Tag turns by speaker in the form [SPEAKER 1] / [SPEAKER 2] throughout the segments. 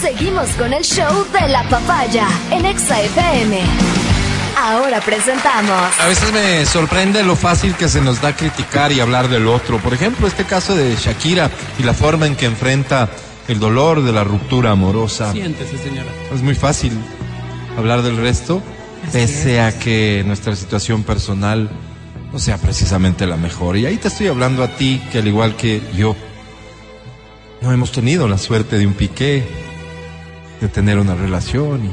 [SPEAKER 1] Seguimos con el show de la papaya en Exa FM. Ahora presentamos.
[SPEAKER 2] A veces me sorprende lo fácil que se nos da criticar y hablar del otro. Por ejemplo, este caso de Shakira y la forma en que enfrenta el dolor de la ruptura amorosa.
[SPEAKER 3] Siéntese, señora.
[SPEAKER 2] Es muy fácil hablar del resto, pese a que nuestra situación personal no sea precisamente la mejor. Y ahí te estoy hablando a ti, que al igual que yo, no hemos tenido la suerte de un piqué, de tener una relación y,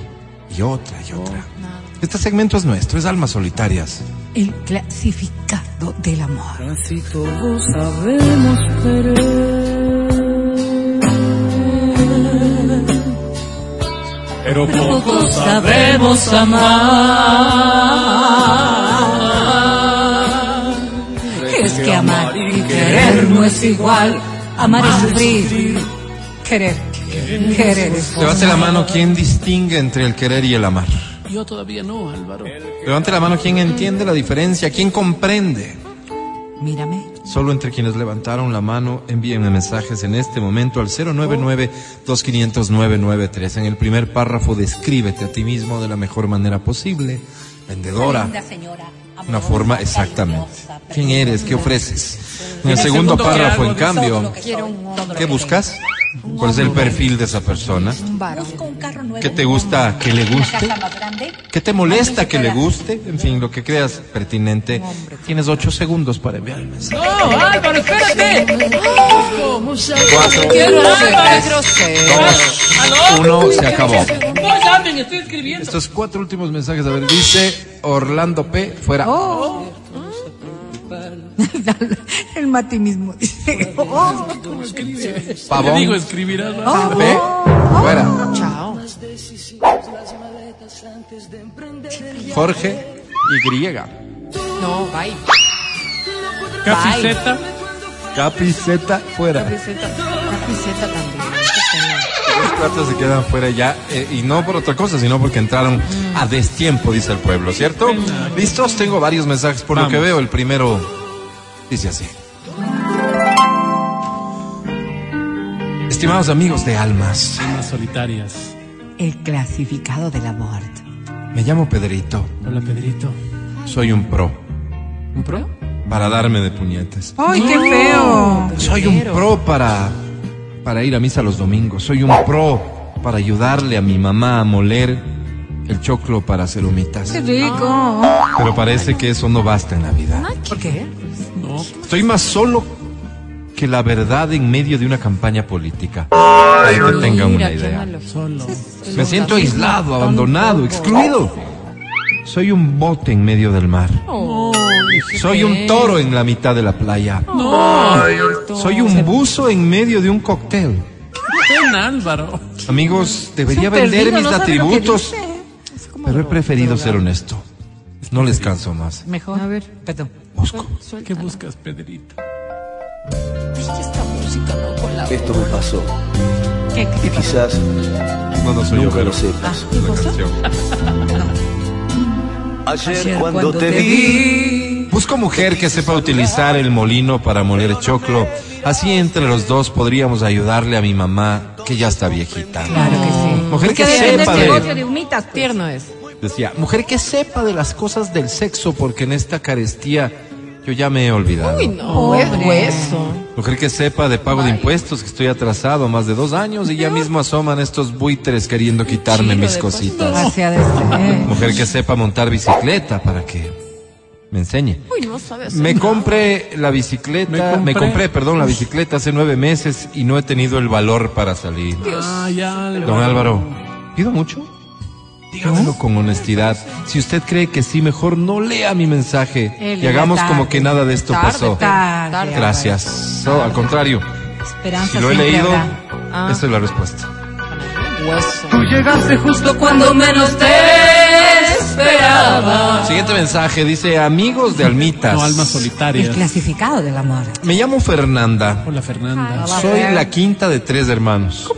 [SPEAKER 2] y otra y otra. Este segmento es nuestro, es Almas Solitarias.
[SPEAKER 4] El clasificado del amor.
[SPEAKER 5] Casi todos sabemos querer,
[SPEAKER 3] Pero poco
[SPEAKER 5] pocos sabemos amar.
[SPEAKER 4] Es que amar y querer no es igual. Amar es sufrir. Querer. Querer es
[SPEAKER 2] Levante la mano quien distingue entre el querer y el amar.
[SPEAKER 3] Yo todavía no, Álvaro.
[SPEAKER 2] Levante la mano quien entiende la diferencia, quien comprende.
[SPEAKER 4] Mírame.
[SPEAKER 2] Solo entre quienes levantaron la mano envíenme mensajes en este momento al 099-2500-993. En el primer párrafo descríbete a ti mismo de la mejor manera posible. Vendedora. Una forma exactamente. ¿Quién eres? ¿Qué ofreces? En el segundo párrafo, en cambio, ¿qué buscas? ¿Cuál es el perfil de esa persona?
[SPEAKER 4] Un varón.
[SPEAKER 2] ¿Qué te gusta que le guste? ¿Qué te molesta que le guste? En fin, lo que creas pertinente. Tienes ocho segundos para enviarme.
[SPEAKER 3] ¡No, Álvaro, espérate! ¿Cómo sabes?
[SPEAKER 2] Cuatro,
[SPEAKER 4] Qué grosero,
[SPEAKER 2] tres,
[SPEAKER 4] qué grosero. Ah,
[SPEAKER 2] dos, uno, se acabó.
[SPEAKER 3] No llamen, estoy escribiendo.
[SPEAKER 2] Estos cuatro últimos mensajes, a ver, dice Orlando P. Fuera.
[SPEAKER 4] Oh, El matinismo dice. oh,
[SPEAKER 3] Te digo,
[SPEAKER 2] Pavón
[SPEAKER 3] escribirás.
[SPEAKER 4] oh,
[SPEAKER 2] P. Fuera.
[SPEAKER 4] Chao.
[SPEAKER 2] Jorge Y. griega.
[SPEAKER 4] No, bye.
[SPEAKER 3] Casi
[SPEAKER 4] Bye.
[SPEAKER 3] Z.
[SPEAKER 2] Capi Z. Fuera.
[SPEAKER 4] Camiseta. Camiseta también.
[SPEAKER 2] Los cuatro se quedan fuera ya, eh, y no por otra cosa, sino porque entraron a destiempo, dice el pueblo, ¿cierto? ¿Listos? Tengo varios mensajes por
[SPEAKER 3] Vamos.
[SPEAKER 2] lo que veo. El primero dice así. Estimados amigos de Almas,
[SPEAKER 3] Las solitarias.
[SPEAKER 4] El clasificado del amor.
[SPEAKER 2] me llamo Pedrito,
[SPEAKER 3] Hola, Pedrito.
[SPEAKER 2] soy un pro,
[SPEAKER 3] ¿Un pro?
[SPEAKER 2] para darme de puñetes.
[SPEAKER 4] ¡Ay, qué feo!
[SPEAKER 2] Soy un pro para, para ir a misa los domingos, soy un pro para ayudarle a mi mamá a moler el choclo para hacer humitas.
[SPEAKER 4] ¡Qué rico!
[SPEAKER 2] Pero parece que eso no basta en la vida.
[SPEAKER 4] ¿Por qué?
[SPEAKER 3] No.
[SPEAKER 2] Estoy más solo que la verdad en medio de una campaña política. Para que tengan una idea.
[SPEAKER 3] Solo.
[SPEAKER 2] Me siento aislado, abandonado, excluido. Soy un bote en medio del mar. Soy un toro en la mitad de la playa.
[SPEAKER 4] Oh.
[SPEAKER 2] Soy un buzo en medio de un cóctel.
[SPEAKER 3] Ven, Álvaro.
[SPEAKER 2] Amigos, debería vender mis atributos, pero he preferido ser honesto. No les canso más.
[SPEAKER 4] Mejor. A ver, perdón.
[SPEAKER 2] Busco.
[SPEAKER 3] ¿Qué buscas, Pedrito?
[SPEAKER 6] Esto me pasó. Y quizás
[SPEAKER 2] No, no soy yo,
[SPEAKER 6] nunca
[SPEAKER 2] pero
[SPEAKER 6] lo sepas.
[SPEAKER 2] es una canción.
[SPEAKER 6] Ayer, cuando, te vi,
[SPEAKER 4] vi.
[SPEAKER 2] Busco mujer que sepa utilizar el molino para moler choclo. Así entre los dos podríamos ayudarle a mi mamá, que ya está viejita.
[SPEAKER 4] Claro que sí.
[SPEAKER 2] Mujer que
[SPEAKER 4] Porque en
[SPEAKER 2] sepa
[SPEAKER 4] el negocio
[SPEAKER 2] de,
[SPEAKER 4] de humitas, tierno es.
[SPEAKER 2] decía, mujer que sepa de las cosas del sexo, porque en esta carestía yo ya me he olvidado.
[SPEAKER 4] No, Oh, es hueso.
[SPEAKER 2] Mujer que sepa de pago de impuestos, que estoy atrasado más de dos años y ya mismo asoman estos buitres queriendo quitarme mis cositas.
[SPEAKER 4] Hacia de ser.
[SPEAKER 2] Mujer que sepa montar bicicleta para que me enseñe. Me compré la
[SPEAKER 3] Me
[SPEAKER 2] bicicleta, me
[SPEAKER 3] compré.
[SPEAKER 2] compré. perdón, la bicicleta hace nueve meses y no he tenido el valor para salir.
[SPEAKER 3] Ah, ya,
[SPEAKER 2] Don Álvaro, ¿pido mucho? Dígamelo con honestidad. Si usted cree que sí, mejor no lea mi mensaje
[SPEAKER 4] Él
[SPEAKER 2] y hagamos
[SPEAKER 4] ya
[SPEAKER 2] como
[SPEAKER 4] tarde.
[SPEAKER 2] que nada de esto
[SPEAKER 4] Tarde,
[SPEAKER 2] pasó.
[SPEAKER 4] tarde, tarde.
[SPEAKER 2] Gracias. No, al contrario,
[SPEAKER 4] Esperanza
[SPEAKER 2] si lo he
[SPEAKER 4] siempre
[SPEAKER 2] leído,
[SPEAKER 4] habrá. Ah,
[SPEAKER 2] esa es la respuesta.
[SPEAKER 4] hueso.
[SPEAKER 5] Llegaste justo cuando menos te esperaba.
[SPEAKER 2] Siguiente mensaje dice, amigos de Almitas.
[SPEAKER 3] No, almas
[SPEAKER 4] El
[SPEAKER 3] solitarias.
[SPEAKER 4] clasificado del amor.
[SPEAKER 2] Me llamo Fernanda.
[SPEAKER 3] Hola, Fernanda.
[SPEAKER 2] Soy la quinta de tres hermanos.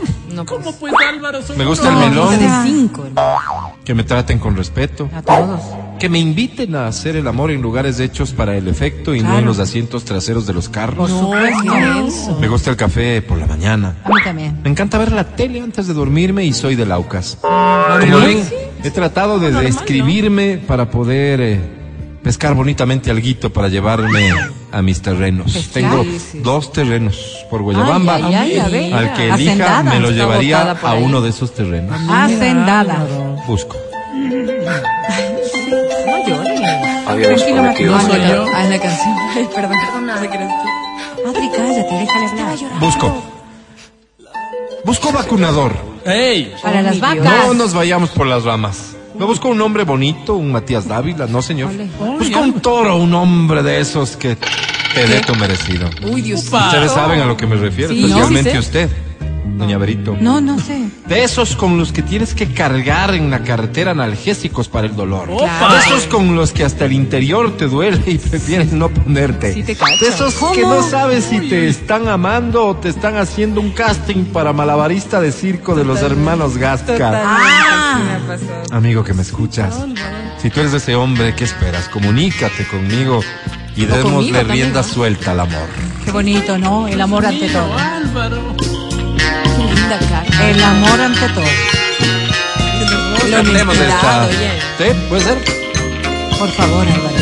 [SPEAKER 3] ¿Cómo pues, Álvaro? Soy
[SPEAKER 2] Me
[SPEAKER 3] un
[SPEAKER 2] gusta el
[SPEAKER 3] pro.
[SPEAKER 4] No,
[SPEAKER 2] melón.
[SPEAKER 4] de cinco, hermano.
[SPEAKER 2] Que me traten con respeto.
[SPEAKER 4] A todos.
[SPEAKER 2] que me inviten a hacer el amor en lugares hechos para el efecto y no en
[SPEAKER 4] Claro.
[SPEAKER 2] los asientos traseros de los
[SPEAKER 4] Por
[SPEAKER 2] carros.
[SPEAKER 4] supuesto.
[SPEAKER 2] Me gusta el café por la mañana.
[SPEAKER 4] A mí también.
[SPEAKER 2] Me encanta ver la tele antes de dormirme y soy de Laucas. Como ven, he tratado de describirme para poder eh, pescar bonitamente alguito para llevarme a mis terrenos.
[SPEAKER 4] Pescar.
[SPEAKER 2] Tengo
[SPEAKER 4] Sí, sí.
[SPEAKER 2] dos terrenos por Guayabamba.
[SPEAKER 4] Ay, ay, ay, a ver.
[SPEAKER 2] Al que elija
[SPEAKER 4] Hacendada.
[SPEAKER 2] me lo
[SPEAKER 4] Está
[SPEAKER 2] llevaría
[SPEAKER 4] botada por
[SPEAKER 2] a
[SPEAKER 4] ahí.
[SPEAKER 2] uno de esos terrenos.
[SPEAKER 4] Hacendada.
[SPEAKER 2] Busco.
[SPEAKER 6] Habíamos prometido.
[SPEAKER 4] No,
[SPEAKER 3] soy
[SPEAKER 4] no,
[SPEAKER 3] yo.
[SPEAKER 4] no. Ah, es la canción. Ay, perdón, perdón. Madre, cállate, déjale hablar.
[SPEAKER 2] Busco. Busco vacunador.
[SPEAKER 3] ¡Ey!
[SPEAKER 4] Para las vacas.
[SPEAKER 2] No nos vayamos por las ramas. No busco un hombre bonito, un Matías Dávila, no señor. Busco un toro, un hombre de esos que te dé tu merecido.
[SPEAKER 4] Uy, Dios.
[SPEAKER 3] Upa.
[SPEAKER 2] Ustedes saben a lo que me refiero,
[SPEAKER 4] Sí,
[SPEAKER 2] especialmente
[SPEAKER 4] no,
[SPEAKER 2] usted, doña Berito.
[SPEAKER 4] No, no sé.
[SPEAKER 2] De esos con los que tienes que cargar en la carretera analgésicos para el dolor.
[SPEAKER 3] Opa.
[SPEAKER 2] De esos con los que hasta el interior te duele y prefieres no ponerte.
[SPEAKER 4] Sí te cacho.
[SPEAKER 2] de esos que
[SPEAKER 4] ¿Cómo?
[SPEAKER 2] no sabes si te están amando o te están haciendo un casting para malabarista de circo de los hermanos Gasca.
[SPEAKER 4] Ah,
[SPEAKER 2] Amigo que me escuchas, si tú eres ese hombre, ¿qué esperas? Comunícate conmigo y demos de rienda suelta al amor.
[SPEAKER 4] qué bonito, ¿no? El amor ante todo.
[SPEAKER 3] Álvaro.
[SPEAKER 4] El amor ante todo.
[SPEAKER 2] Cantemos esta. ¿Sí? ¿Puede ser?
[SPEAKER 4] Por favor, Álvaro.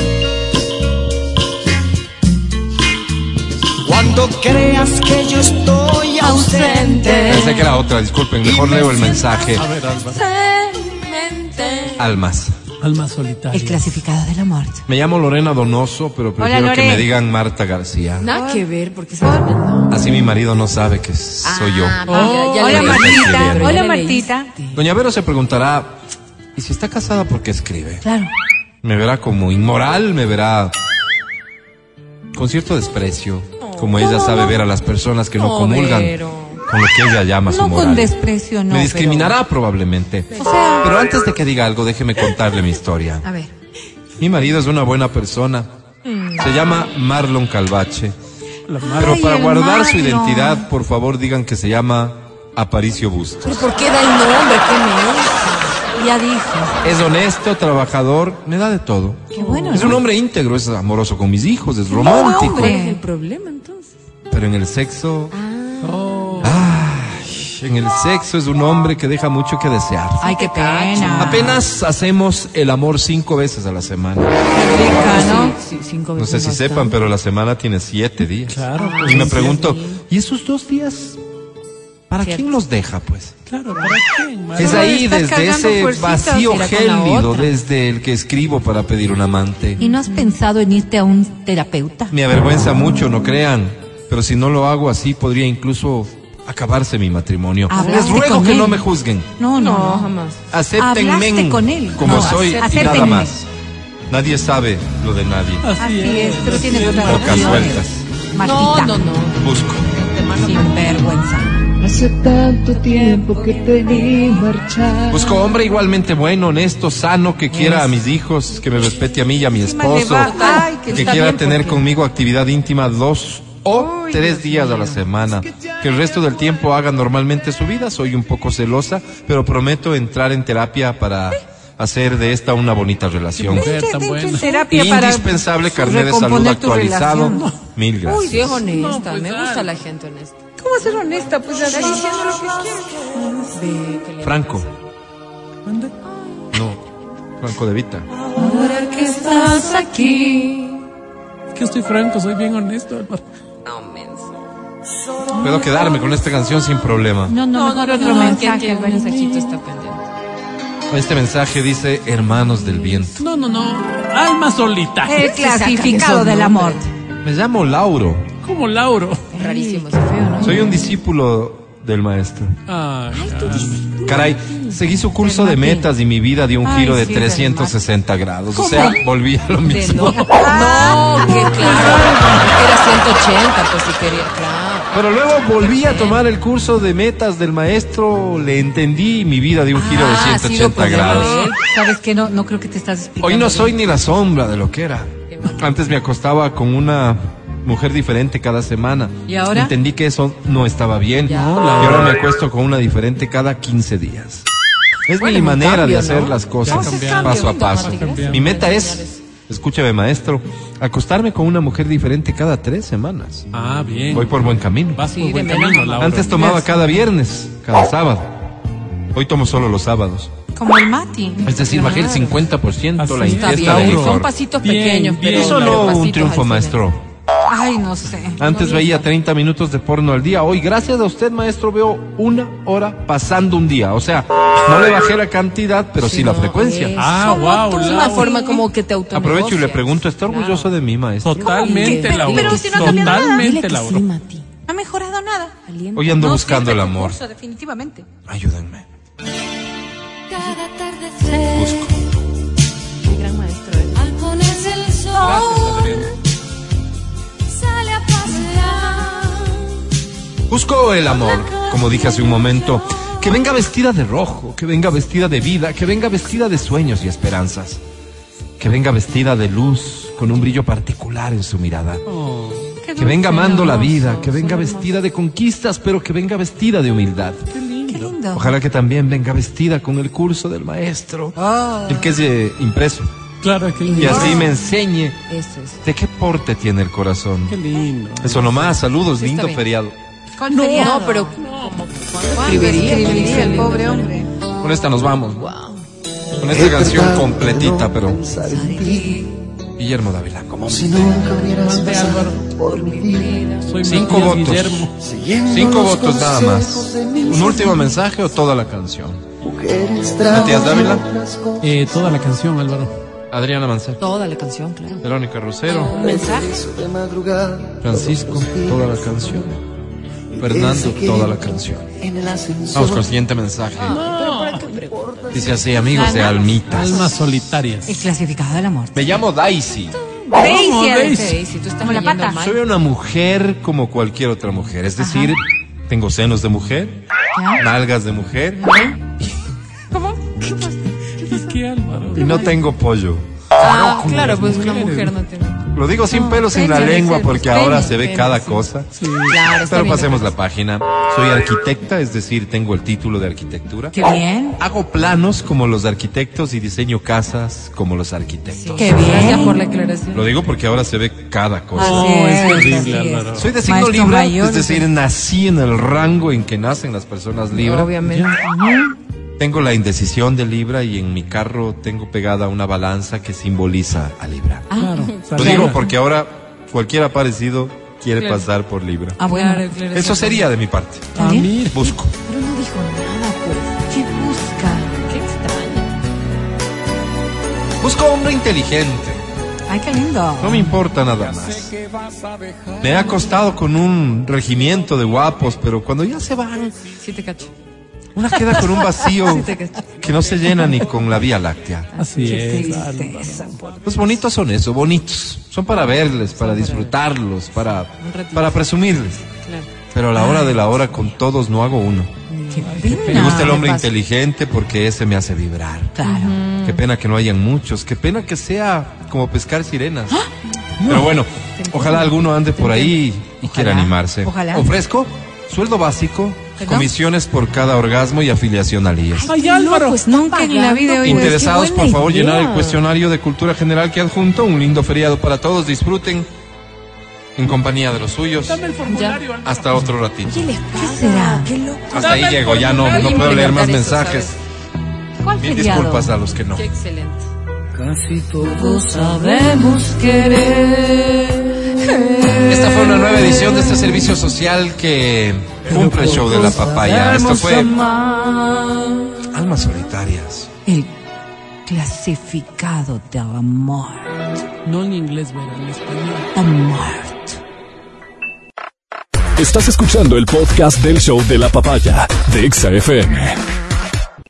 [SPEAKER 7] Cuando creas que yo estoy ausente,
[SPEAKER 2] Pensé que era otra, disculpen, mejor leo el mensaje.
[SPEAKER 3] A ver, Álvaro.
[SPEAKER 2] Almas.
[SPEAKER 3] Alma solitaria.
[SPEAKER 4] El clasificado de la muerte.
[SPEAKER 2] Me llamo Lorena Donoso, pero prefiero que
[SPEAKER 4] Lore.
[SPEAKER 2] me digan Marta García.
[SPEAKER 8] Nada que ver, porque se van
[SPEAKER 2] Así mi marido no sabe que soy yo.
[SPEAKER 4] Ah, Hola,
[SPEAKER 2] leí.
[SPEAKER 4] Martita.
[SPEAKER 2] Pero ya
[SPEAKER 4] Hola, Martita.
[SPEAKER 2] Doña Vero se preguntará, ¿y si está casada por qué escribe?
[SPEAKER 4] Claro.
[SPEAKER 2] Me verá como inmoral, me verá con cierto desprecio, como ella sabe ver a las personas que no, comulgan con lo que ella llama su
[SPEAKER 4] No con
[SPEAKER 2] moral.
[SPEAKER 4] desprecio, no.
[SPEAKER 2] me
[SPEAKER 4] pero-
[SPEAKER 2] discriminará probablemente.
[SPEAKER 4] O sea-
[SPEAKER 2] Pero antes de que diga algo, déjeme contarle mi historia.
[SPEAKER 4] A ver.
[SPEAKER 2] Mi marido es una buena persona. Se llama Marlon Calvache.
[SPEAKER 3] La madre.
[SPEAKER 2] Pero
[SPEAKER 4] Mm. Ay,
[SPEAKER 2] para
[SPEAKER 4] el
[SPEAKER 2] guardar su
[SPEAKER 4] Marlon.
[SPEAKER 2] identidad, por favor digan que se llama Aparicio Bustos.
[SPEAKER 8] ¿Por qué da el nombre? ¿Qué me
[SPEAKER 4] Ya dijo.
[SPEAKER 2] Es honesto, trabajador, me da de todo.
[SPEAKER 4] Qué bueno.
[SPEAKER 2] Es un
[SPEAKER 4] ¿no?
[SPEAKER 2] hombre íntegro, es amoroso con mis hijos, es
[SPEAKER 4] Buen
[SPEAKER 2] romántico.
[SPEAKER 4] hombre.
[SPEAKER 8] es? El problema entonces.
[SPEAKER 2] Pero en el sexo...
[SPEAKER 4] Ah.
[SPEAKER 2] Ay, en el sexo es un hombre que deja mucho que desear.
[SPEAKER 4] Ay, qué pena.
[SPEAKER 2] Apenas hacemos el amor cinco veces a la semana.
[SPEAKER 4] Rica, ¿no?
[SPEAKER 8] Sí, cinco
[SPEAKER 2] No sé si sepan, pero la semana tiene siete días.
[SPEAKER 3] Claro,
[SPEAKER 2] Y me
[SPEAKER 3] pues,
[SPEAKER 2] pregunto, ¿y esos dos días? ¿Para quién los deja, pues?
[SPEAKER 3] Claro, ¿para quién? Mar-
[SPEAKER 2] Es ahí,
[SPEAKER 4] estás
[SPEAKER 2] desde
[SPEAKER 4] cargando
[SPEAKER 2] ese
[SPEAKER 4] fuercitas,
[SPEAKER 2] vacío
[SPEAKER 4] mira, con la
[SPEAKER 2] gélido,
[SPEAKER 4] otra.
[SPEAKER 2] desde el que escribo para pedir un amante.
[SPEAKER 4] ¿Y no has pensado en irte a un terapeuta?
[SPEAKER 2] Me avergüenza mucho, no crean. Pero si no lo hago así, podría incluso acabarse mi matrimonio.
[SPEAKER 4] Hablaste
[SPEAKER 2] Les ruego
[SPEAKER 4] con
[SPEAKER 2] que
[SPEAKER 4] él.
[SPEAKER 2] no me juzguen.
[SPEAKER 4] No, no.
[SPEAKER 8] No,
[SPEAKER 4] no.
[SPEAKER 8] jamás.
[SPEAKER 2] Acéptenme
[SPEAKER 4] Hablaste con él.
[SPEAKER 2] como
[SPEAKER 4] No,
[SPEAKER 2] soy y
[SPEAKER 4] acéptenme.
[SPEAKER 2] nada más. Nadie sabe lo de nadie.
[SPEAKER 4] Así es, pero tienes
[SPEAKER 3] así
[SPEAKER 4] otra
[SPEAKER 3] es.
[SPEAKER 2] Pocas
[SPEAKER 4] opción.
[SPEAKER 2] vueltas.
[SPEAKER 4] Martita.
[SPEAKER 8] No, no, no.
[SPEAKER 2] Busco.
[SPEAKER 4] Sin vergüenza.
[SPEAKER 5] Hace tanto tiempo que te vi marchar.
[SPEAKER 2] Busco hombre igualmente bueno, honesto, sano, que quiera a mis hijos, que me respete a mí y a mi esposo,
[SPEAKER 4] Ay, que
[SPEAKER 2] que
[SPEAKER 4] está
[SPEAKER 2] quiera
[SPEAKER 4] bien,
[SPEAKER 2] tener
[SPEAKER 4] porque-
[SPEAKER 2] conmigo actividad íntima dos o tres días a la semana, que el resto del tiempo haga normalmente su vida. Soy un poco celosa, pero prometo entrar en terapia para
[SPEAKER 4] ¿Eh?
[SPEAKER 2] hacer de esta una bonita relación.
[SPEAKER 3] Mujer tan buena.
[SPEAKER 4] Terapia para
[SPEAKER 2] Indispensable carnet de salud
[SPEAKER 4] recomponer tu
[SPEAKER 2] actualizado.
[SPEAKER 4] relación.
[SPEAKER 2] Mil
[SPEAKER 8] Uy,
[SPEAKER 2] gracias.
[SPEAKER 8] Dios honesta.
[SPEAKER 3] No, pues,
[SPEAKER 8] me
[SPEAKER 3] dale.
[SPEAKER 8] gusta la gente honesta.
[SPEAKER 4] ¿Cómo ser honesta? Pues así.
[SPEAKER 8] Ve, que le-
[SPEAKER 2] Franco. No. Franco de Vita.
[SPEAKER 5] Ahora que estás aquí,
[SPEAKER 3] Es que estoy franco, soy bien honesto, Álvaro.
[SPEAKER 8] No, menso.
[SPEAKER 2] Puedo quedarme con esta canción sin problema.
[SPEAKER 4] No, no, mejor otro
[SPEAKER 8] ¿Quién
[SPEAKER 4] mensaje.
[SPEAKER 8] tiene un
[SPEAKER 4] bueno.
[SPEAKER 8] mensajito está pendiente?
[SPEAKER 2] Este mensaje dice Hermanos del Viento.
[SPEAKER 3] No, no, no. Alma solitaria.
[SPEAKER 4] El clasificado del amor.
[SPEAKER 2] Me llamo Lauro.
[SPEAKER 3] Como Lauro.
[SPEAKER 8] Rarísimo, ese feo, ¿no?
[SPEAKER 2] Soy un discípulo del maestro.
[SPEAKER 3] Ay, ah,
[SPEAKER 2] Caray, seguí su curso de metas y mi vida dio un
[SPEAKER 4] Ay,
[SPEAKER 2] giro de
[SPEAKER 4] sí, del
[SPEAKER 2] 360 grados. O sea, volví a lo mismo. Ah.
[SPEAKER 8] No, que claro. Era 180, pues si quería. Claro.
[SPEAKER 2] Pero luego volví a tomar el curso de metas del maestro, le entendí y mi vida dio un giro de
[SPEAKER 8] Ah, ha sido
[SPEAKER 4] pues,
[SPEAKER 2] 180
[SPEAKER 8] problema de
[SPEAKER 2] grados.
[SPEAKER 8] él.
[SPEAKER 4] ¿Sabes qué? No, no creo que te estás explicando.
[SPEAKER 2] Hoy no
[SPEAKER 4] bien.
[SPEAKER 2] soy ni la sombra de lo que era. Antes me acostaba con una mujer diferente cada semana.
[SPEAKER 4] ¿Y ahora?
[SPEAKER 2] Entendí que eso no estaba bien. Y ahora me acuesto con una diferente cada 15 días. Es
[SPEAKER 8] Bueno,
[SPEAKER 2] mi
[SPEAKER 8] un
[SPEAKER 2] manera
[SPEAKER 8] cambio,
[SPEAKER 2] de hacer
[SPEAKER 8] ¿no?
[SPEAKER 2] las
[SPEAKER 3] Ya
[SPEAKER 2] cosas
[SPEAKER 3] cambiaron.
[SPEAKER 2] paso a paso.
[SPEAKER 8] Automáticas.
[SPEAKER 3] Cambiaron.
[SPEAKER 2] Mi meta es, escúchame maestro, acostarme con una mujer diferente cada tres semanas.
[SPEAKER 3] Ah, bien.
[SPEAKER 2] Voy por buen camino.
[SPEAKER 3] Vas por
[SPEAKER 8] Sí,
[SPEAKER 3] buen
[SPEAKER 8] de
[SPEAKER 3] camino,
[SPEAKER 8] menos.
[SPEAKER 3] Laura.
[SPEAKER 2] Antes tomaba cada viernes, cada sábado. Hoy tomo solo los sábados.
[SPEAKER 4] Como el Mati.
[SPEAKER 2] Es decir, bajé el 50%
[SPEAKER 3] Así
[SPEAKER 2] la
[SPEAKER 3] es.
[SPEAKER 8] Está
[SPEAKER 2] ingesta de
[SPEAKER 8] bien, son
[SPEAKER 2] licor.
[SPEAKER 8] pasitos
[SPEAKER 3] Bien,
[SPEAKER 8] pequeños.
[SPEAKER 3] bien.
[SPEAKER 8] pero-
[SPEAKER 2] Es solo
[SPEAKER 8] pero
[SPEAKER 2] un
[SPEAKER 8] pasitos
[SPEAKER 2] triunfo,
[SPEAKER 8] al
[SPEAKER 2] maestro.
[SPEAKER 4] Ay, no sé.
[SPEAKER 2] Antes veía 30 minutos de porno al día. Hoy, gracias a usted, maestro, veo una hora pasando un día. O sea, no le bajé la cantidad, pero sí,
[SPEAKER 8] Sí,
[SPEAKER 2] la
[SPEAKER 8] no,
[SPEAKER 2] frecuencia.
[SPEAKER 4] pues,
[SPEAKER 8] es-
[SPEAKER 3] Ah,
[SPEAKER 8] Solo
[SPEAKER 3] wow,
[SPEAKER 8] tú, Es
[SPEAKER 3] Laura.
[SPEAKER 8] una forma como que te auto
[SPEAKER 2] Aprovecho y le pregunto, ¿está orgulloso de mí, maestro?
[SPEAKER 3] Totalmente,
[SPEAKER 8] Pero
[SPEAKER 3] Laura.
[SPEAKER 8] si no ha
[SPEAKER 4] cambiado nada.
[SPEAKER 3] Totalmente, Laura.
[SPEAKER 4] No ha mejorado nada.
[SPEAKER 2] Hoy ando
[SPEAKER 4] No,
[SPEAKER 2] buscando
[SPEAKER 4] siempre
[SPEAKER 2] el
[SPEAKER 4] tu
[SPEAKER 2] amor.
[SPEAKER 4] curso, definitivamente.
[SPEAKER 2] Ayúdenme.
[SPEAKER 8] gran maestro. ¿eh?
[SPEAKER 9] Al ponerse el sol, sale a pasear.
[SPEAKER 2] Busco el amor, como dije hace un momento. Que venga vestida de rojo, que venga vestida de vida, que venga vestida de sueños y esperanzas. Que venga vestida de luz, con un brillo particular en su mirada.
[SPEAKER 3] Oh,
[SPEAKER 2] Que venga amando la vida, que venga vestida de conquistas, pero que venga vestida de humildad.
[SPEAKER 4] Qué lindo.
[SPEAKER 2] Ojalá que también venga vestida con el curso del maestro,
[SPEAKER 8] Ah.
[SPEAKER 2] el que es eh, impreso.
[SPEAKER 3] Claro, qué
[SPEAKER 2] Y
[SPEAKER 3] lindo.
[SPEAKER 2] así me enseñe
[SPEAKER 8] Eso es.
[SPEAKER 2] de qué porte tiene el corazón.
[SPEAKER 3] Qué lindo.
[SPEAKER 2] Eso nomás, saludos,
[SPEAKER 8] Sí, está
[SPEAKER 2] lindo
[SPEAKER 8] bien.
[SPEAKER 2] feriado.
[SPEAKER 4] Con feriado.
[SPEAKER 8] No, pero
[SPEAKER 4] escribiría,
[SPEAKER 8] escribiría,
[SPEAKER 4] el
[SPEAKER 8] lindo
[SPEAKER 4] pobre hombre.
[SPEAKER 2] Con esta nos vamos. Con esta canción completita, pero
[SPEAKER 5] Pensar en ti,
[SPEAKER 2] Guillermo Dávila, como
[SPEAKER 5] si nunca hubieras
[SPEAKER 3] Mande,
[SPEAKER 5] pasado
[SPEAKER 3] Álvaro.
[SPEAKER 5] por mi vida.
[SPEAKER 3] Soy
[SPEAKER 2] Cinco
[SPEAKER 3] Matías
[SPEAKER 2] votos.
[SPEAKER 3] Guillermo.
[SPEAKER 5] Siguiendo
[SPEAKER 2] cinco
[SPEAKER 5] los
[SPEAKER 2] votos nada
[SPEAKER 5] consejos
[SPEAKER 2] más.
[SPEAKER 5] de mis
[SPEAKER 2] Un último mensaje o toda la canción.
[SPEAKER 5] mujeres
[SPEAKER 2] Matías Dávila.
[SPEAKER 5] trabajadoras con-
[SPEAKER 3] Eh, toda la canción, Álvaro.
[SPEAKER 2] Adriana Manzano,
[SPEAKER 8] toda la canción, claro.
[SPEAKER 2] Verónica Rosero,
[SPEAKER 8] Un mensaje.
[SPEAKER 5] de madrugada.
[SPEAKER 2] Francisco, toda la canción. Fernando, toda la canción.
[SPEAKER 5] En el ascensor.
[SPEAKER 2] Vamos con el siguiente mensaje. Dice así, amigos de Almitas.
[SPEAKER 3] Almas solitarias.
[SPEAKER 4] El clasificado de la muerte.
[SPEAKER 2] Me llamo Daisy.
[SPEAKER 4] Daisy, Daisy.
[SPEAKER 8] Sí, si tú estás
[SPEAKER 4] Como la
[SPEAKER 8] leyendo
[SPEAKER 4] pata.
[SPEAKER 8] mal.
[SPEAKER 2] Soy una mujer como cualquier otra mujer. Es decir, tengo senos de mujer, nalgas de mujer
[SPEAKER 3] ¿Y qué, Álvaro?
[SPEAKER 2] y no tengo pollo.
[SPEAKER 8] Ah, claro, pues una mujer no tiene.
[SPEAKER 2] Lo digo sin pelos en la
[SPEAKER 8] penes,
[SPEAKER 2] lengua
[SPEAKER 8] penes,
[SPEAKER 2] porque ahora
[SPEAKER 8] penes,
[SPEAKER 2] se ve
[SPEAKER 8] penes,
[SPEAKER 2] cada
[SPEAKER 8] sí.
[SPEAKER 2] cosa.
[SPEAKER 8] Claro, está
[SPEAKER 2] Pero
[SPEAKER 8] bien.
[SPEAKER 2] pasemos la página. Soy arquitecta, es decir, tengo el título de arquitectura.
[SPEAKER 4] Qué bien.
[SPEAKER 2] Hago planos como los arquitectos y diseño casas como los arquitectos.
[SPEAKER 4] Qué bien.
[SPEAKER 8] Gracias por la aclaración.
[SPEAKER 2] Lo digo porque ahora se ve cada cosa.
[SPEAKER 3] No, Eh, es
[SPEAKER 4] Cierto,
[SPEAKER 3] horrible,
[SPEAKER 4] sí es.
[SPEAKER 3] Álvaro.
[SPEAKER 2] Soy de signo
[SPEAKER 4] Maestro
[SPEAKER 2] Libra,
[SPEAKER 4] mayor,
[SPEAKER 2] es decir, nací en el rango en que nacen las personas Libra.
[SPEAKER 8] Obviamente.
[SPEAKER 4] Ah,
[SPEAKER 2] Tengo la indecisión de Libra y en mi carro tengo pegada una balanza que simboliza a Libra.
[SPEAKER 8] Ah,
[SPEAKER 3] Claro.
[SPEAKER 2] Lo digo porque ahora cualquier aparecido quiere pasar por Libra.
[SPEAKER 4] Ah, bueno.
[SPEAKER 2] Eso sería de mi parte.
[SPEAKER 3] Ah, mira.
[SPEAKER 2] Busco.
[SPEAKER 8] Pero no dijo nada, pues. ¿Qué busca? Qué extraño.
[SPEAKER 2] Busco hombre inteligente.
[SPEAKER 4] Ay, qué lindo.
[SPEAKER 2] No me importa nada más. Me he acostado con un regimiento de guapos, pero cuando ya se van,
[SPEAKER 8] Sí te cacho.
[SPEAKER 2] una queda con un vacío que no se llena ni con la Vía Láctea.
[SPEAKER 3] Así
[SPEAKER 4] Qué
[SPEAKER 3] es.
[SPEAKER 4] tristeza. por-
[SPEAKER 2] Los bonitos son eso, bonitos. Son para verles, para disfrutarlos, para, para presumirles.
[SPEAKER 8] Claro.
[SPEAKER 2] Pero a la hora de la hora con todos no hago uno.
[SPEAKER 4] Qué
[SPEAKER 2] Me
[SPEAKER 4] pena.
[SPEAKER 2] gusta el hombre
[SPEAKER 8] ¿qué pasa?
[SPEAKER 2] inteligente porque ese me hace vibrar.
[SPEAKER 4] Claro.
[SPEAKER 2] Qué pena que no hayan muchos. Qué pena que sea como pescar sirenas. Pero bueno, ojalá alguno ande por ahí y quiera animarse.
[SPEAKER 4] ojalá.
[SPEAKER 2] Ofrezco sueldo básico,
[SPEAKER 4] ¿Perdón?
[SPEAKER 2] comisiones por cada orgasmo y afiliación al IES.
[SPEAKER 3] Ay, Álvaro.
[SPEAKER 4] Nunca pues, en la vida oí de-
[SPEAKER 2] Interesados,
[SPEAKER 8] qué
[SPEAKER 2] por
[SPEAKER 8] buena
[SPEAKER 2] favor,
[SPEAKER 8] idea.
[SPEAKER 2] llenar el cuestionario de cultura general que adjunto. Un lindo feriado para todos. Disfruten en compañía de los suyos.
[SPEAKER 3] Dame el formulario, Álvaro.
[SPEAKER 2] Hasta otro ratito.
[SPEAKER 8] ¿Qué será? ¿Qué
[SPEAKER 2] Hasta ahí
[SPEAKER 3] Dame el
[SPEAKER 2] llego. Ya no,
[SPEAKER 3] formulario.
[SPEAKER 2] no
[SPEAKER 8] Hay
[SPEAKER 2] puedo
[SPEAKER 8] que
[SPEAKER 2] leer más
[SPEAKER 8] inventar eso,
[SPEAKER 2] mensajes.
[SPEAKER 8] ¿Cuál
[SPEAKER 2] Mil
[SPEAKER 8] feriado?
[SPEAKER 2] disculpas a los que no.
[SPEAKER 8] Qué excelente.
[SPEAKER 5] Casi todo.
[SPEAKER 4] Todos sabemos querer.
[SPEAKER 2] Esta fue una nueva edición de este servicio social que cumple el show de la papaya. Esto
[SPEAKER 4] Sabemos
[SPEAKER 2] fue
[SPEAKER 4] amar.
[SPEAKER 2] Almas Solitarias.
[SPEAKER 4] El clasificado de amor.
[SPEAKER 3] No en inglés, Vera, en español.
[SPEAKER 4] Amor.
[SPEAKER 10] Estás escuchando el podcast del show de la papaya de Exa FM.